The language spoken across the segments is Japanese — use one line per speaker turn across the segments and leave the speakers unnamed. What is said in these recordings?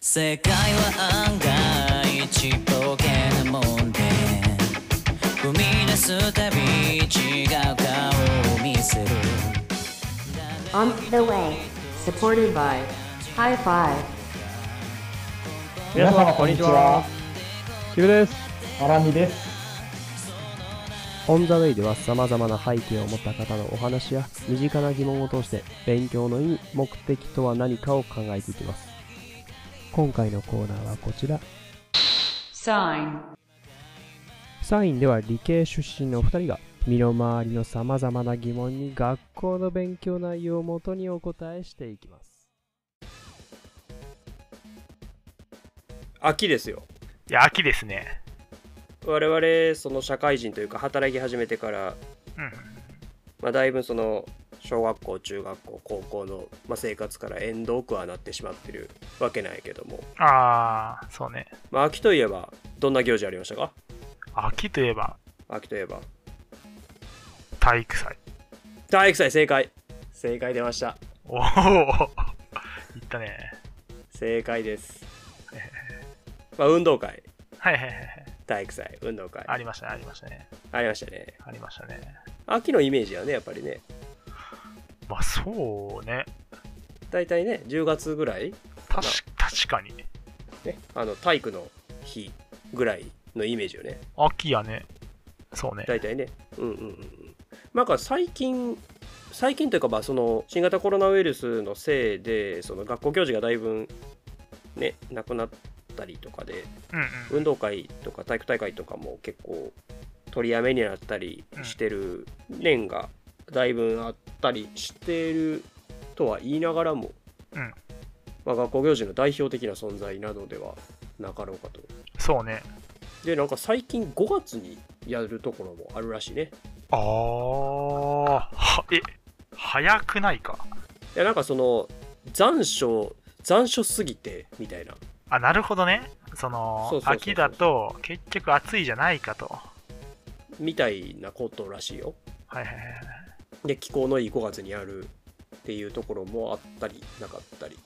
世界は案外ちっぽけなもんで踏み出すたび違う顔を見せる
On the way, supported by High Five.
皆様こんにちは。
キムです。
アラミです。
オン・ザ・ウェイでは様々な背景を持った方のお話や身近な疑問を通して勉強の意味、目的とは何かを考えていきます。今回のコーナーはこちら。
Sign.
サインでは理系出身のお二人が身の回りの様々な疑問に学校の勉強内容をもとにお答えしていきます。
秋ですよ
いや、秋ですね。
我々その社会人というか働き始めてから、
うん。
まあ、だいぶその小学校中学校高校の、まあ、生活から遠遠くはなってしまってるわけなんやけども、
あー、そうね。
まあ、秋といえばどんな行事ありましたか
秋といえば
秋といえば
体育祭。
体育祭正解正解出ました
おお、 行ったね。
正解です、 まあ、運動会
はいはいはいはい。
体育祭運動会
ありましたね、ありましたね。
ありましたね
ありましたね。
秋のイメージはねやっぱりね
まあ、そうね。
大体ね10月ぐらい、
確確かに。
ね、あの体育の日ぐらいのイメージよね
秋やね。そうね。
大体ね。うんうんうんうん。なんか最近、最近というか、まあ、その新型コロナウイルスのせいで、その学校行事がだいぶ、ね、なくなったりとかで、
うんうん。
運動会とか体育大会とかも結構取りやめになったりしてる年がだいぶあったりしてるとは言いながらも、
うん
まあ、学校行事の代表的な存在などではなかろうかと。
そうね。
で、なんか最近5月にやるところもあるらしいね。
あー、は、え、早くないか。
いやなんかその残暑残暑すぎてみたいな
あ、なるほどね。その、
そうそうそうそう
秋だと、結局暑いじゃないかと。は
みたいなことらしいよ
いはいはいはい。
で気候のいい5月にやるっていうところもあったりなかったり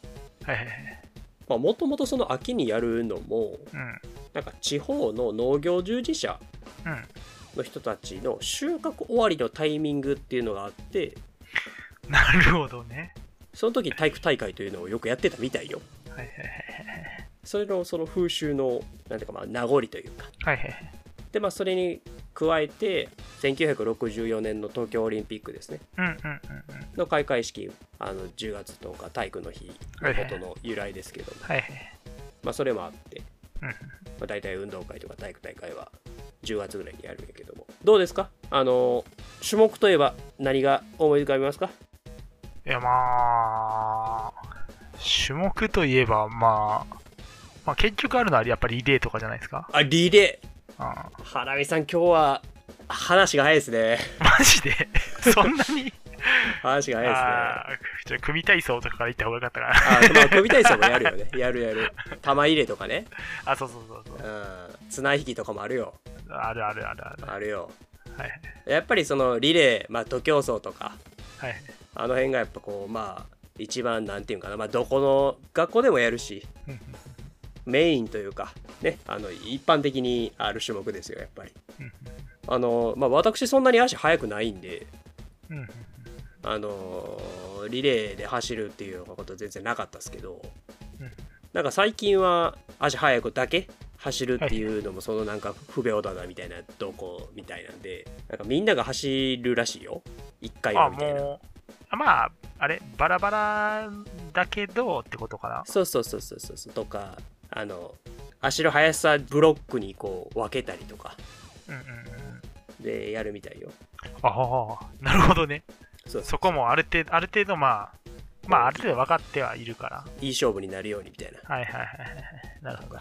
はいはいはい。
まあもともとその秋にやるのも
うん。
なんか地方の農業従事者
うん
の人たちの収穫終わりのタイミングっていうのがあって
なるほどね。
その時体育大会というのをよくやってたみたいよ
はいはいはい
それのその風習のなんていうかまあ名残というか
はい。はいはいはい。
でまあそれに加えて1964年の東京オリンピックですね
うんうんうんうん。
の開会式あの10月10日体育の日のことの由来ですけども、
はいはい。
まあ、それもあって、
うん
まあ、大体運動会とか体育大会は10月ぐらいにやるんやけどもどうですかあの種目といえば何が思い浮かびますか
いやまあ、種目といえば、まあ、まあ結局あるのはやっぱりリレーとかじゃないですか。
あリレ
うん、マ
ー花見さん今日は話が早いです ね
ジ でそんなに
話が早いですね
あーちょ組体操とかから行った方が良かったかな。
あまあ飛び体操もやるよね やるやる玉入れとかね
あ、そうそうそうそう
う。ん綱引きとかもあるよ
あるあるあるある。
あるよ
はい
やっぱりそのリレーまあ徒競走とか
はい。
あの辺がやっぱこうまあ一番なんていうんかなまあどこの学校でもやるし
うん
メインというかねあの一般的にある種目ですよやっぱり
うん
あのまあ私そんなに足速くないんで
うんうん
あのリレーで走るっていうようなこと全然なかったですけど
うん
なんか最近は足速くだけ走るっていうのもそのなんか不平等だみたいなどうこうみたいなんでなんかみんなが走るらしいよ1回は
あ、
みたいな
もう、あまあ、あれ、バラバラだけどってことかな。
そうそうそうそうそうそうとかあの足の速さブロックにこう分けたりとか
うんうんうん。
でやるみたいよ
ああ、なるほどね。
そう
そこもある程度、ある程度まあ、まあある程度分かってはいるから。
いい勝負になるようにみたいな、
はいはいはいはい。なるほど。ま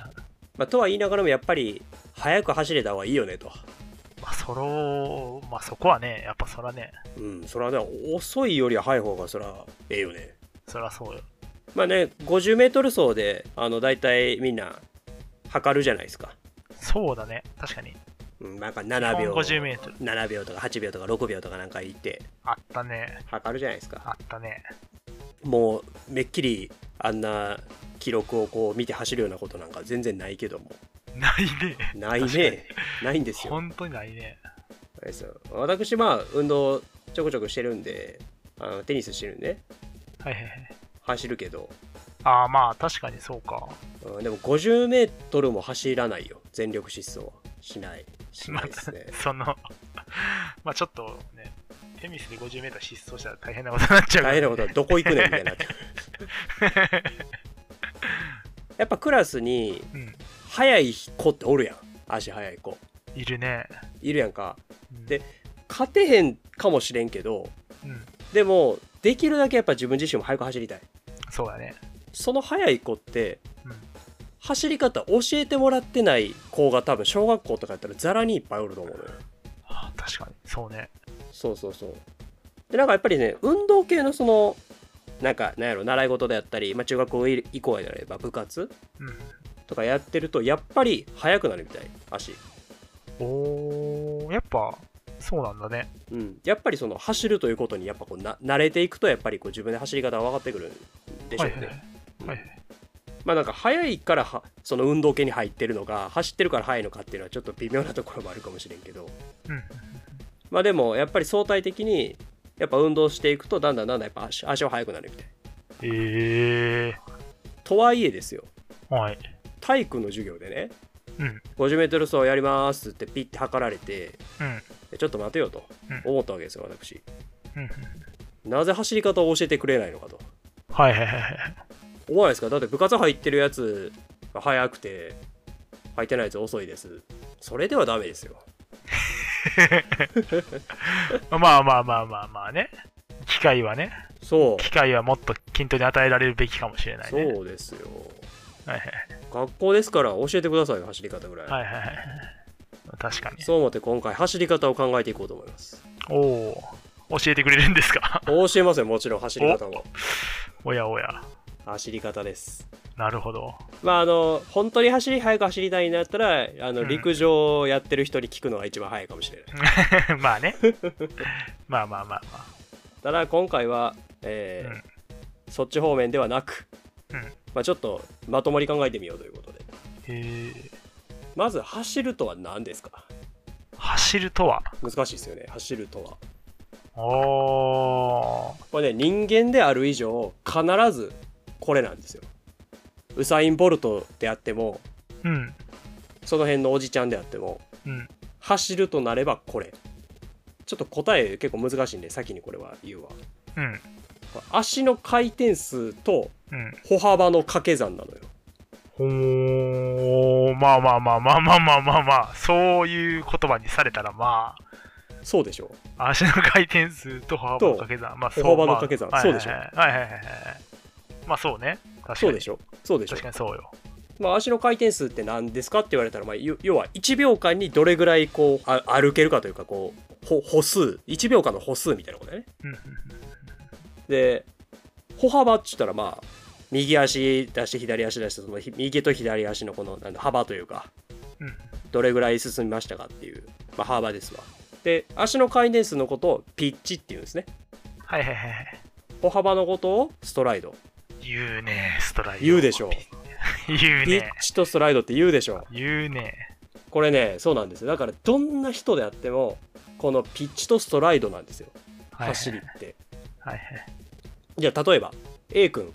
まあ、とは言いながらもやっぱり速く走れた方がいいよねと
あ、そろ、まあそこはね、やっぱそらね、
うんそれはね遅いよりは速い方がそらええよね
そらそうよ。
まあね 50m 走であの大体みんな測るじゃないですか、
そうだね、確かに。
うん、なんか7秒
50メートル。
7秒とか8秒とか6秒とかなんか言って
あったね、
測るじゃないですか
あったね。
もうめっきりあんな記録をこう見て走るようなことなんか全然ないけども
ないね。
ない
確かに
ねないんですよ
本当にないね。
あれですよ私まあ運動ちょこちょこしてるんであのテニスしてるんで
はいはいはい。
走るけど、
ああ、まあ確かにそうか。
うん、でも 50m も走らないよ全力疾走はしないしな
まあ
いですね
その、まあちょっとね、テニスで 50m 失踪したら大変なことになっちゃうか
大
ら
変なことはどこ行くねんみたいになってくる やっぱクラスに
うん。
速い子っておるやん足速い子
いるね。
いるやんか
うん
で勝てへんかもしれんけど
うん。
でもできるだけやっぱ自分自身も速く走りたい
そうだね。
その速い子って
うん。
走り方教えてもらってない子が多分小学校とかやったらザラにいっぱいおると思うのよ
あー確かに。そうね。
そうそうそうでなんかやっぱりね運動系のそのなんかなんやろ習い事であったり、まあ、中学校以降やれば部活
う
とかやってるとやっぱり速くなるみたい足
ん。おー、やっぱ、そうなんだね。
うん、やっぱりその走るということにやっぱこうな慣れていくとやっぱりこう自分で走り方が分かってくるんでしょ
は
う
い
ね、
はいはい。はいはい
まあなんか速いからはその運動系に入ってるのか走ってるから速いのかっていうのはちょっと微妙なところもあるかもしれんけど
うん。
まあでもやっぱり相対的にやっぱ運動していくとだんだんだんだんやっぱ足足は速くなるみたい
え
とはいえですよ
ー。はい。
体育の授業でね
うん。
50m 走やりますってピッて測られて
うん。
ちょっと待てよと
うん
思ったわけですよ私
うん。
なぜ走り方を教えてくれないのかと
はいはいはいはい。
思わないですかだって部活入ってるやつが早くて入ってないやつ遅いですそれではダメですよ
まあまあまあまあまあね。機会はね。
そう
機会はもっと均等に与えられるべきかもしれないね。
そうですよ
はいはい
学校ですから教えてくださいよ走り方ぐらい、
はいはいはい。確かに。
そう思って今回走り方を考えていこうと思います
おお、教えてくれるんですか
教えますよもちろん走り方も
おやおや。
走り方です
なるほど。
まああの本当に走り速く走りたいんだったらあの
うん
陸上をやってる人に聞くのが一番早いかもしれない、
まあ ね。まあまあまあまあ。
ただ今回は、えー
うん
そっち方面ではなく、
うん
まあ、ちょっとまともに考えてみようということで
え
まず走るとは何ですか
ー、走るとは。
難しいですよね走るとは
お
これね人間である以上必ずこれなんですよウサイン・ボルトであっても
ー。うん。
その辺のおじちゃんであっても
うん。
走るとなればこれちょっと答え結構難しいんで先にこれは言うわ
うん。
これ足の回転数と
うん。
歩幅の掛け算なのよ
ほー、まあまあまあまあまあまあまあまあ、そういう言葉にされたらま
そうでしょ
あ、足の回転数と歩幅の掛け算。まあそう。
歩幅の掛け算
まあ
そうでしょ
はいはいはいはいはいはい。まあそうね。確かに。
そうでし
ょ。
ょそうでしょ
確かにそうよ。
まあ、足の回転数って何ですかって言われたら、まあ、ゆ要は1秒間にどれぐらいこうあ歩けるかというかこう歩歩数1秒間の歩数みたいなことだよね
うんうん
で歩幅って言ったらまあ右足出して左足出してそのひ右と左足のこのなんだ幅というか
うん。うん
どれぐらい進みましたかっていう、まあ、幅ですわで足の回転数のことをピッチっていうんですね
はいはいはいはい。
歩幅のことをストライド
言うね、ストライド。
言うでしょう
言う
ピッ
ね。
チとストライドって言うでしょう
言うね。
これねそうなんですよだからどんな人であってもこのピッチとストライドなんですよ
はいはい
走りって、
はいはい。
じゃあ例えば A 君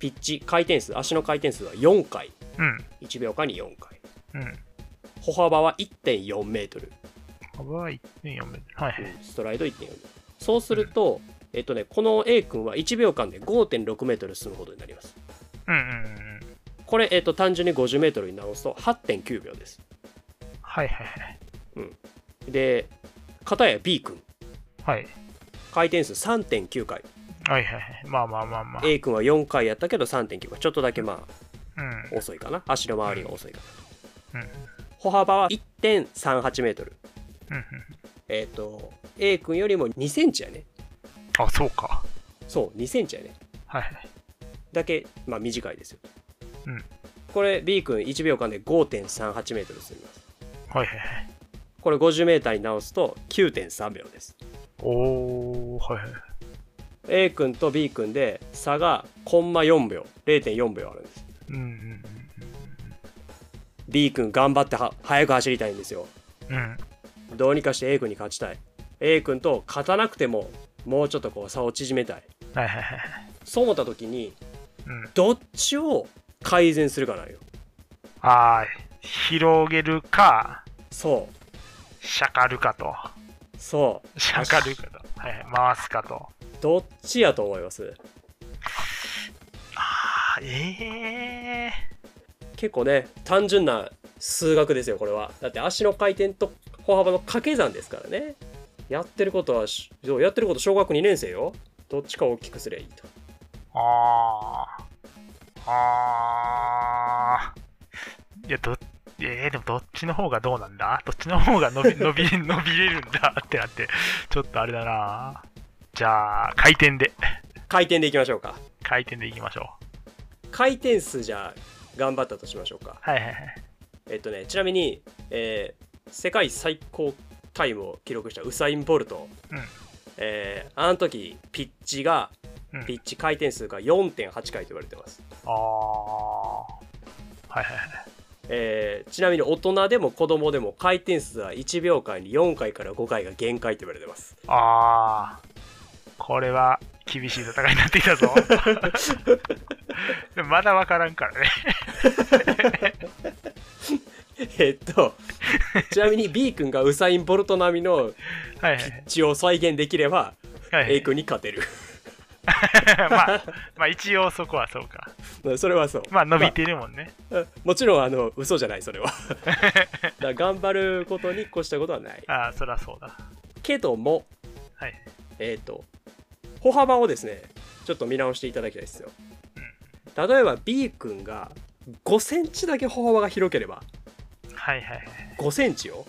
ピッチ回転数足の回転数は4回
うん。
1秒間に4回
うん。
歩幅は1.4メートル
幅は1.4メートル。はいはい。
ストライド1.4メートルそうすると、えっとねこの A 君は1秒間で5.6メートル進むことになります
うんうんうん。
これ、えっと、単純に50メートルに直すと8.9秒です
はいはいはい。
で片や B 君
はい。
回転数3.9回
はいはいはい。まあまあまあまあ。
A 君は4回やったけど3.9回ちょっとだけまあ
うん。
遅いかな足の周りが遅いかな
うん
歩幅は1.38メートル
うんうん。
えっ、と A 君よりも2センチやね
あ、そうか。
そう2センチやね
はいはい。
だけまあ短いですよ
うん
これ B 君1秒間で5.38メートル進みます
はいはいはい。
これ50メーターに直すと9.3秒です
おー、はいはい。
A 君と B 君で差がコンマ4秒0.4秒あるんです
うん
B 君頑張っては速く走りたいんですよ
うんうん
どうにかして A 君に勝ちたい A 君と勝たなくてももうちょっとこう差を縮めたい
はいはいはい
そう思った時に
うん
どっちを改善するかなんよ
あー広げるか
そう
しゃかるかと
そう
しゃかるかと、はいはい、回すかと
どっちやと思います
あーええ
結構ね単純な数学ですよこれはだって足の回転と歩幅の掛け算ですからねやってることはしそうやってること小学2年生よどっちか大きくすりゃいいと
あーあーいやどえー、でもどっちの方がどうなんだどっちの方が伸び伸び伸びれるんだってなってちょっとあれだなじゃあ回転で
回転でいきましょうか
回転でいきましょ
回転数じゃあ頑張ったとしましょうか
うはいはいはい
えっとねちなみに、えー世界最高タイムを記録したウサイン・ボルト、
うん
えーあの時ピッチが
うん
ピッチ回転数が4.8回と言われてます、
あーはいはいはい
えーちなみに大人でも子供でも回転数は1秒間に4回から5回が限界と言われてます
あーこれは厳しい戦いになってきたぞ でもまだわからんからね
えっとちなみに B 君がウサイン・ボルト並みの
はいはい
血を再現できれば
はいはい
A 君に勝てる
まあ、まあ一応そこはそうか。
それはそう
まあ伸びてるもんね。
うん もちろんあの嘘じゃないそれは だから頑張ることに越したことはない
ああ、そりゃそうだ。
けども
はい。
えっ、と歩幅をですねちょっと見直していただきたいですよ例えば B 君が5センチだけ歩幅が広ければ
はいはいはい。
5センチよ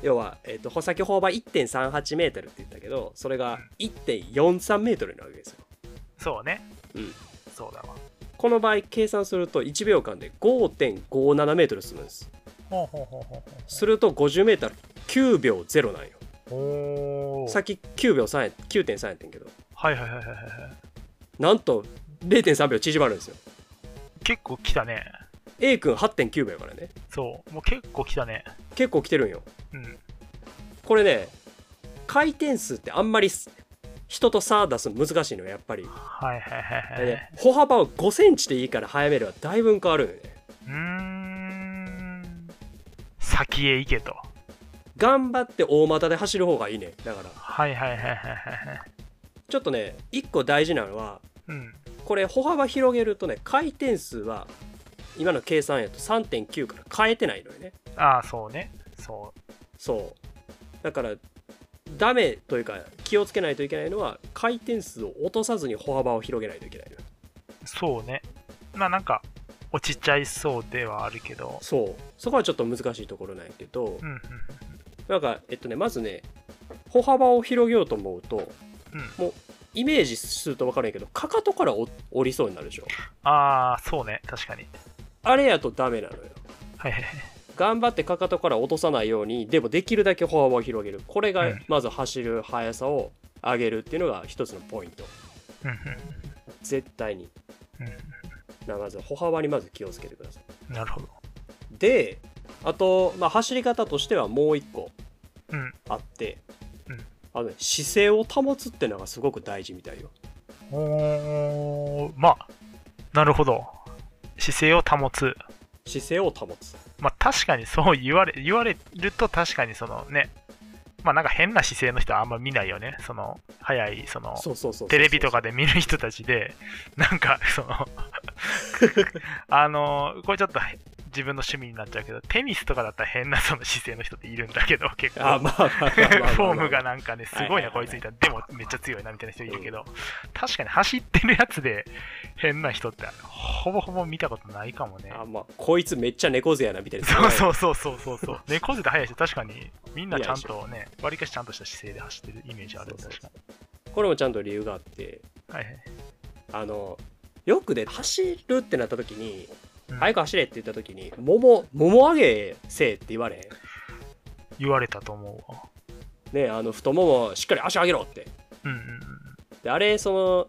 要は、えー、と穂先歩幅1.38メートルって言ったけどそれが1.43メートルなわけですよ
そうね。
うん。
そうだわ。
この場合計算すると1秒間で5.57メートル進むんです
ほうほうほうほうほ
すると50メートル9秒0なんよ
う。おー
さっき9秒3や9.3やってんけど
はいはいはいはいはいはい。
なんと0.3秒縮まるんですよ
結構来たね。
A 君8.9秒やからね
そう。もう結構来たね。
結構来てるんよ
うん。
これね回転数ってあんまりす人と差出すの難しいのよやっぱり、
はいはいはいはい。
で歩幅を5センチでいいから早めればだいぶん変わるんよね
うーん。先へ行けと。
頑張って大股で走る方がいいねだから
はいはいはいはいはいはい。
ちょっとね一個大事なのは
うん。
これ歩幅広げるとね回転数は今の計算やと3.9から変えてないのよね
ああ、そうね。そう。
そうだからダメというか気をつけないといけないのは回転数を落とさずに歩幅を広げないといけないのよ
そうね。まあなんか、落ちちゃいそうではあるけど。
そうそこはちょっと難しいところなんやけど
うんうんうん。
なんかえっとねまずね歩幅を広げようと思うと
うん。
イメージすると分かるんやけどかかとからお折りそうになるでしょ
ああ、そうね、確かに。
あれやとダメなのよ
はいはいはい。
頑張ってかかとから落とさないようにでもできるだけ歩幅を広げるこれ
う
が
ん
まず走る速さを上げるっていうのが一つのポイント
うん
絶対に
うん
なまず歩幅にまず気をつけてください
うん。なるほど。
であと、まあ、走り方としてはもう一個
うん。
あって、
うん
あのね姿勢を保つってのがすごく大事みたいよ
おー、まあ、なるほど。姿勢を保つ。
姿勢を保つ
まあ確かにそう言われ、言われると確かにそのね、まあなんか変な姿勢の人はあんま見ないよね。その、早い、その、
そうそうそうそう
テレビとかで見る人たちで、なんか、その、あの、これちょっと自分の趣味になっちゃうけど、テニスとかだったら変なその姿勢の人っているんだけど、結構。
あまあまあまあまあまあまあ
フォームがなんかね、すごいな、
はいは
こ
いはい
いつみたいな、でもめっちゃ強いなみたいな人いるけど、確かに走ってるやつで変な人って、ほぼほぼ見たことないかもね。
あまあこいつめっちゃ猫背やなみたいな
そうそううそうそうそうそう。猫背で速いし、確かにみんなちゃんとね、わりかしちゃんとした姿勢で走ってるイメージある、
そう
確か
これもちゃんと理由があって
に。はいはい。
あのよくで走るってなった時に
うん
早く走れって言った時に「もももも上げせえ」って言われへん
言われたと思うわ。
ねあの太ももしっかり足上げろって
うんうんうん。
であれその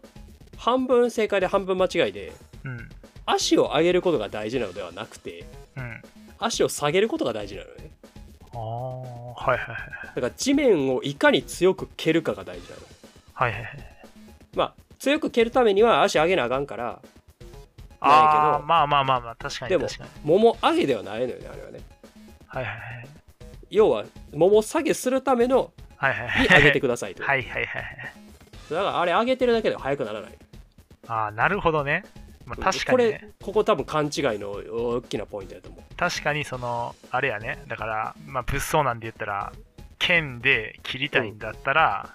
半分正解で半分間違いで
うん。
足を上げることが大事なのではなくて
うん。
足を下げることが大事なのね
ああ、はいはいはい。
だから地面をいかに強く蹴るかが大事なの
はいはいはい。
まあ強く蹴るためには足上げなあかんからなんやけ
ああ、
ど
まあまあまあまあ、確か
で
に
も
確かに。
もも上げではないのよねあれはね
はいはいはい。
要はもも下げするための
はいはい
に
はい。
上げてくださいと、
はいはいはい。
だからあれ上げてるだけでは速くならない
ああ、なるほどね。まあ、確かに、ね
これ、ここ多分勘違いの大きなポイントだと思う
確かにその、あれやね、だから、まあ、物騒なんで言ったら、剣で切りたいんだったら、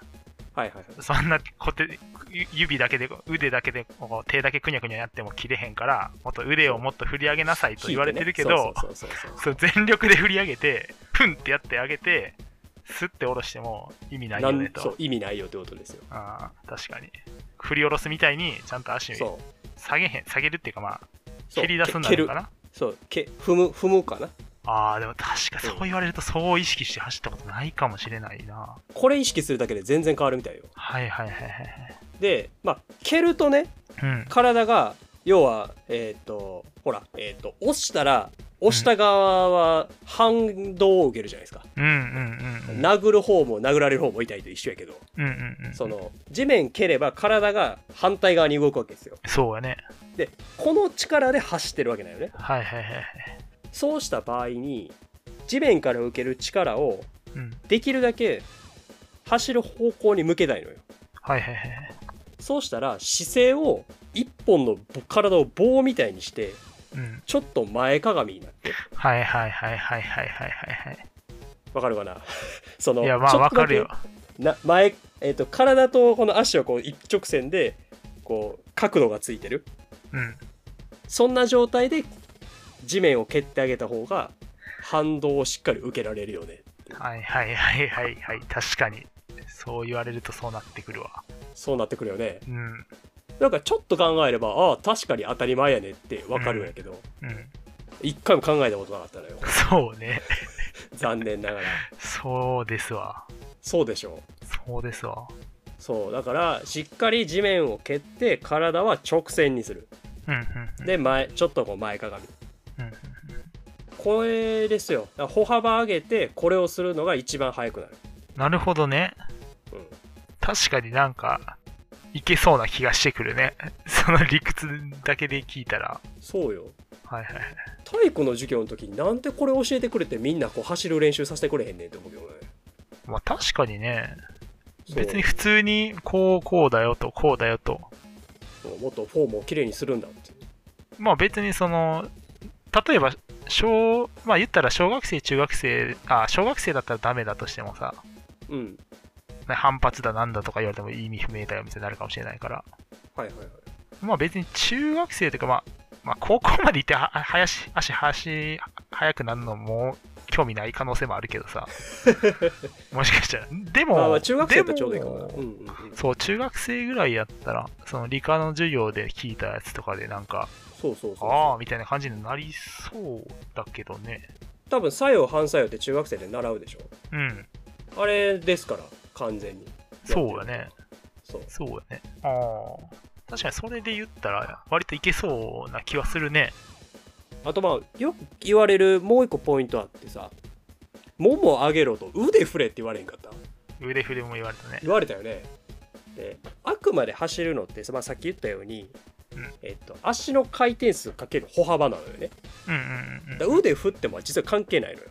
はいはいはい
そんなこてゆ指だけで腕だけでこう手だけくにゃくにゃやっても切れへんからもっと腕をもっと振り上げなさいと言われてるけど、
そうそうそうそう
そう全力で振り上げてふんってやってあげてスッて下ろしても意味ない
な
よ
ん
ね
そう
と
意味ないよってことですよ
あー確かに振り下ろすみたいにちゃんと足
そう
を下げへん下げるっていうかまあ
そう
蹴り出すんだ
け
ろ
蹴る
うかな
そうけ踏む踏むかな
あーでも確かそう言われるとそう意識して走ったことないかもしれないな
これ意識するだけで全然変わるみたいよ
はいはいはいはい
でまあ蹴るとね
うん
体が要はえっ、とほらえっ、と押したら押した側は反動を受けるじゃないですか、
うんうんうん
殴る方も殴られる方も痛いと一緒やけど
うんうんうん
その地面蹴れば体が反対側に動くわけですよ
そうやね
でこの力で走ってるわけだよね
はいはいはいはい
そうした場合に地面から受ける力を
うん
できるだけ走る方向に向けたいのよ
はいはいはい
そうしたら姿勢を一本のぼ体を棒みたいにして
うん、
ちょっと前かがみになって
はいはいはいはいはいはいはい
わかるかな そ
は
の
い。いや、まあわかる
ちょっ
よ
とだ。けな前、えっと体とこの足をこう一直線でこう角度がついてる
うん。
そんな状態で地面を蹴ってあげた方が反動をしっかり受けられるよね
はいはいはいはいはい。確かに。そう言われるとそうなってくるわ。
そうなってくるよね
うん。うん。
なんかちょっと考えればああ確かに当たり前やねってわかるんやけど、一回も考えたことなか ったのよ
そうね。
残念ながら
そうですわ。
そうでしょう
そうですわ。
そうだからしっかり地面を蹴って体は直線にする
うんうんうん。
で前ちょっとこう前かがみ
うんうん
これですよだから歩幅上げてこれをするのが一番速くなる、
なるほどね。
うん、
確かになんか、いけそうな気がしてくるね。 その理屈だけで聞いたら。
そうよ
はいはいはい。
体育の授業の時になんでこれ教えてくれてみんなこう走る練習させてくれへんねんって思うけどね
まあ確かにね。
そう
別に普通に、こう、こうだよと、こうだよと。
そうもっとフォームをきれいにするんだって
まあ別にその例えば小まあ言ったら小学生中学生あ小学生だったらダメだとしてもさ
うん
ね反発だなんだとか言われても意味不明だよみたいになるかもしれないから
はいはいはい
まあ別に中学生というかまあまあ高校まで行ってははやし足足速くなるのも興味ない可能性もあるけ どさもしかしたらでも、
まあまあ中学生だったらちょうどいいかもな
で
うんうんうん
そう中学生ぐらいやったらその理科の授業で聞いたやつとかでなんか
そうそうそう
ああみたいな感じになりそうだけどね
多分作用反作用って中学生で習うでしょ
うん
あれですから完全に
そうやね。
そう
そうやね。ああ。確かにそれで言ったら、割といけそうな気はするね。
あとまあよく言われるもう一個ポイントあってさ「もも上げろ」と「腕振れ」って言われへんかった
腕振りも言われたね。
言われたよねであくまで走るのって、まあ、さっき言ったように、
うん
えっと、足の回転数かける歩幅なのよね
うんうん
だから腕振っても実は関係ないのよ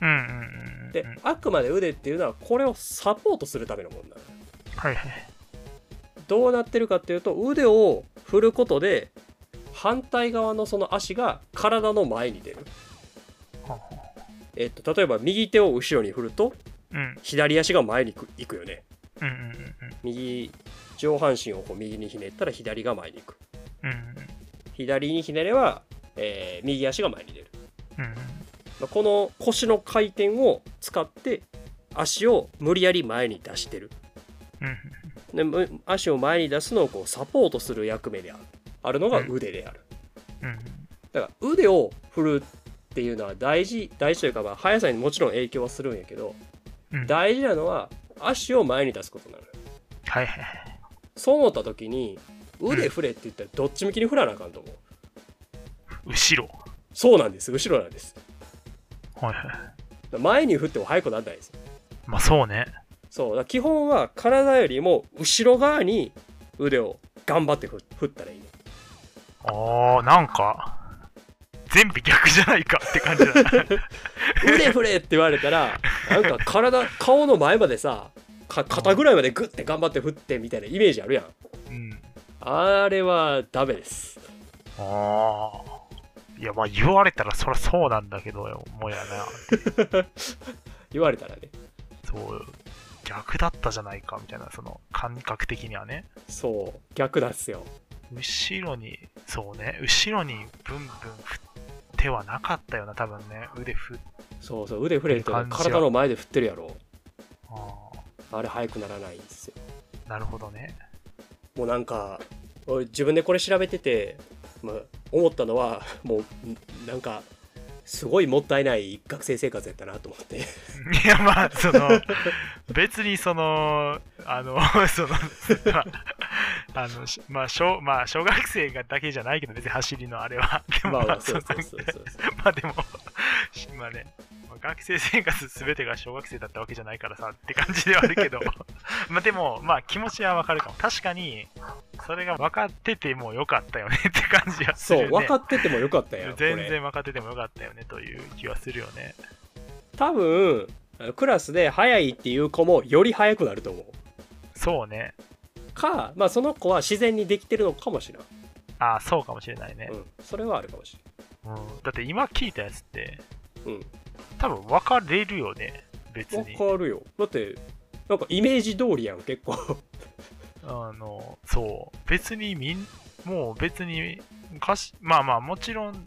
うん。うんうんうんうん。
であくまで腕っていうのはこれをサポートするためのものなのよ
はいはい。
どうなってるかっていうと腕を振ることで反対側のその足が体の前に出る
はあ。
えっと、例えば右手を後ろに振ると
うん
左足が前に行く行くよね
うんうんうん
右上半身をこう右にひねったら左が前に行く
うん。うん
左にひねれば、えー右足が前に出る、
うんうん。
まあこの腰の回転を使って足を無理やり前に出してる
うんうん
でむ足を前に出すのをこうサポートする役目であるあるのが腕である
うんうん
だから腕を振るっていうのは大事大事というかまあ速さにもちろん影響はするんやけど
うん
大事なのは足を前に出すことなのよ
はいはいはい。
そう思った時に腕振れって言ったらどっち向きに振らなあかんと思う
後ろ。
そうなんです後ろなんです
はいはい。
前に振っても速くならないですよ
まあそうね。
そうだから基本は体よりも後ろ側に腕を頑張って振振ったらいいね
ああ、なんか、全部逆じゃないかって感じだな。
腕振れって言われたらなんか体顔の前までさか肩ぐらいまでグッて頑張って振ってみたいなイメージあるやん
うん。
あれはダメです
ああ。いや、まあ言われたらそりゃそうなんだけど、もうやな。
言われたらね
そう、逆だったじゃないかみたいな、その感覚的にはね。
そう逆なんですよ
後ろに、そうね、後ろにブンブン振ってはなかったよな、多分ね。腕振っ
そうそう腕振れって
感じや
体の前で振ってるやろ
あ
あれ速くならないんですよ
あ、なるほどね。
もうなんか俺自分でこれ調べてて、まあ、思ったのはもうんなんかすごいもったいない学生生活やったなと思って
いや、まあ、その、別にその、あの、 その、まあ、あの、しまあ、小、まあ、小学生がだけじゃないけど、別に走りのあれは。で
ま
も、
あ
ま
ま
あ、
あ
そ
そうう
そ
そううそうそう
まあでも、まあね、まあ学生生活すべてが小学生だったわけじゃないからさって感じではあ るけど、まあでも、まあ気持ちはわかるかも。確かに、それが分かっててもよかったよねって感じはす
そう、
るよね。
分かっててもよかったやんこれ
全然分かっててもよかったよねという気はするよね。
多分あのクラスで速いっていう子もより速くなると思う
そうね。
か、まあ、その子は自然にできてるのかもしれない、
ああ、そうかもしれないね
う。ん、それはあるかもし
うん、だって今聞いたやつって、
れない、うん
多分分かれるよね。別
わ
に。
かるよだってなんかイメージ通りやん結構
あの、そう、別にみん、もう別に、歌詞、まあまあ、もちろん、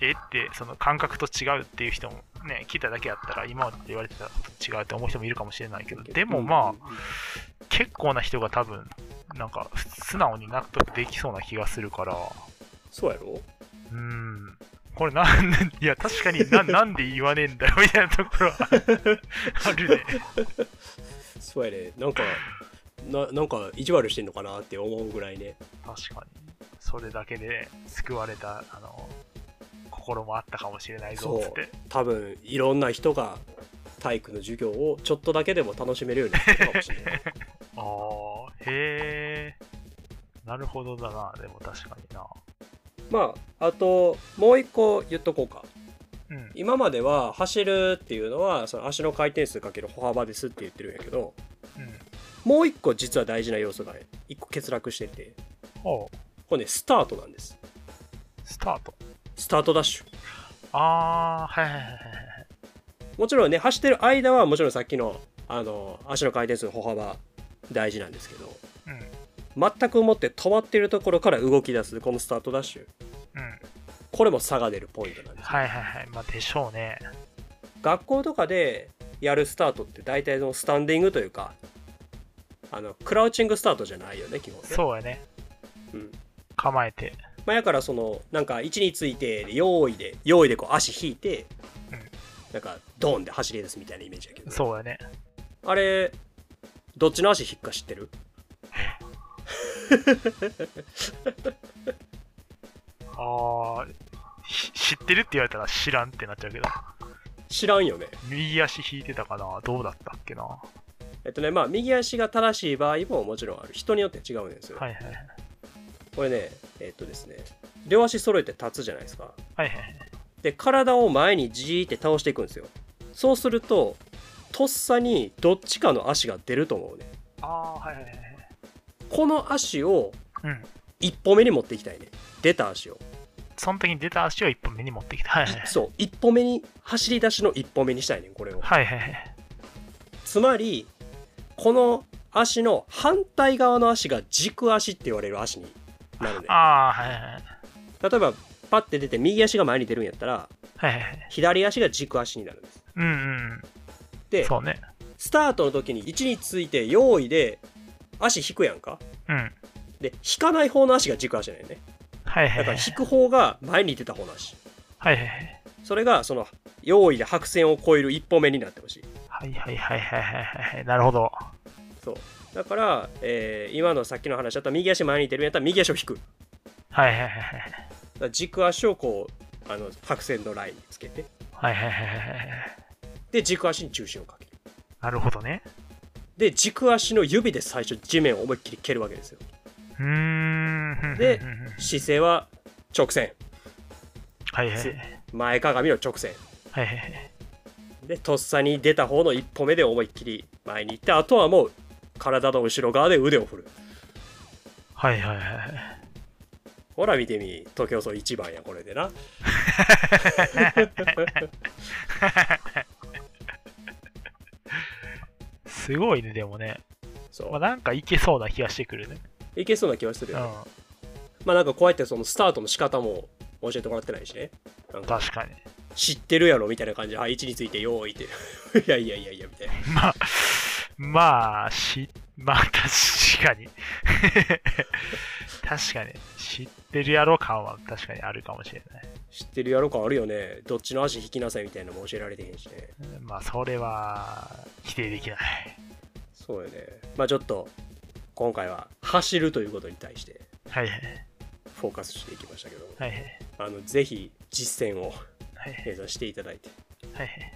えって、その感覚と違うっていう人もね、聞いただけやったら、今まで言われてたことと違うって思う人もいるかもしれないけど、 でもまあ、
あ
結構な人が多分、なんか、素直に納得できそうな気がするから、
そうやろ
うーん、これなん、いや、確かにな、なんで言わねえんだよ、みたいなところは あるね。
そうやねなんかななんか意地悪してんのかなって思うぐらいね
確かに。それだけで救われた、あの、心もあったかもしれないぞ、つって。
多分いろんな人が体育の授業をちょっとだけでも楽しめるようになったかもしれない
ああ、へえ。なるほどだな、でも確かにな。
まああともう一個言っとこうか
うん。
今までは走るっていうのはその足の回転数かける歩幅ですって言ってるんやけど
うん。
もう一個実は大事な要素が一個欠落してて
おう
これねスタートなんです
スタート。
スタートダッシュ
ああ、はいはいはいはいはい。
もちろんね走ってる間はもちろんさっきのあの足の回転数の歩幅大事なんですけど全くもって止まってるところから動き出すこのスタートダッシュ
うん。うん。
これも差が出るポイントなんです
はいはいはい。まあ、でしょうね。
学校とかでやるスタートって大体そのスタンディングというかあのクラウチングスタートじゃないよね基本ね
そうやね。
うん
構えて。
まあ、やからそのなんか位置について用意で用意でこう足引いて、
うん
なんかドーンで走り出すみたいなイメージやけど
そうやね。
あれどっちの足引っか知ってる
ああ、ひ知ってるって言われたら知らんってなっちゃうけど。
知らんよね
右足引いてたかなどうだったっけな。は
えっとねまあ右足が正しい場合ももちろんある人によって違うんです
い
よ、
はいはい。
これねえっとですね両足揃えて立つじゃないですか
はいはいはい。
で体を前にじーって倒していくんですよそうするととっさにどっちかの足が出ると思うね
ああ、はいはいはいはい。
この足を
うん。
一歩目に持っていきたいね出た足を
その時に出た足を一本目に持ってきた。はいはいはい。
そう一歩目に走り出しの一歩目にしたいねんこれを
はいはいはい。
つまりこの足の反対側の足が軸足って言われる足になるね
ああ、はいはいはい。
例えばパッて出て右足が前に出るんやったら
はいはいはい。
左足が軸足になるんです
うんうんうん。
で
そうね。
スタートの時に位置について用意で足引くやんか
うん。
で引かない方の足が軸足なんよね
はいは
だ
い
か
はい
ら。引く方が前に出た方の足
はいはいはい。
それがその用意で白線を越える一歩目になってほしい
はいはいはいはいはいはい。なるほど。
そうだから、えー今のさっきの話だったら右足前に出るんやったら右足を引くだか
はいはいはいはい。
ら軸足をこうあの白線のラインにつけて
はいはいはいはいはい。
で軸足に重心をかける
なるほどね。
で軸足の指で最初地面を思いっきり蹴るわけですよ
うーん。
で
ふんふんふん
姿勢は直線
はいはいは
す
い。
前かがみの直線
はいはいはい。
でとっさに出た方の一歩目で思いっきり前に行ってあとはもう体の後ろ側で腕を振る
はいはいはいはい。
ほら見てみ東京層一番やこれでな
すごいね、でもね。
そ
まあ、
う
なんかいけそうな気がしてくるね。
いけそうな気はする
う
よね、
ん。
まあなんかこうやってそのスタートの仕方も教えてもらってないしねなんか
確かに。
知ってるやろみたいな感じで配置について用意って いやいやいやいやみたいな
まあ、 まあ、し、まあ、確かに。 確かに。知ってるやろ感は確かにあるかもしれない。
知ってるやろ感あるよねどっちの足引きなさいみたいなのも教えられてへんしね
まあ、それは、否定できない。
そうよねまあちょっと今回は走るということに対して
はいはい。
フォーカスしていきましたけど
はいはい。
あのぜひ実践を
はいはい
目指していただいて
はいはい。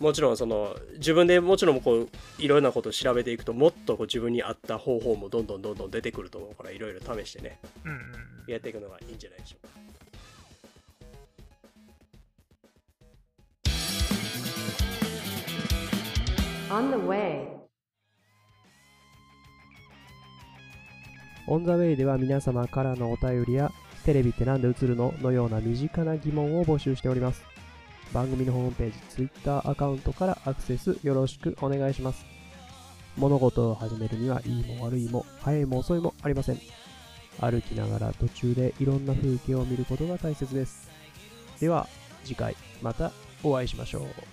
もちろんその自分でもちろんこういろんなことを調べていくともっとこう自分に合った方法もどんどんどんどん出てくると思うからいろいろ試してね
うんうんうん。
やっていくのがいいんじゃないでしょうか
オン the way
オンザウェイでは皆様からのお便りやテレビってなんで映るののような身近な疑問を募集しております。番組のホームページ、Twitter アカウントからアクセスよろしくお願いします。物事を始めるにはいいも悪いも早いも遅いもありません。歩きながら途中でいろんな風景を見ることが大切です。では次回またお会いしましょう。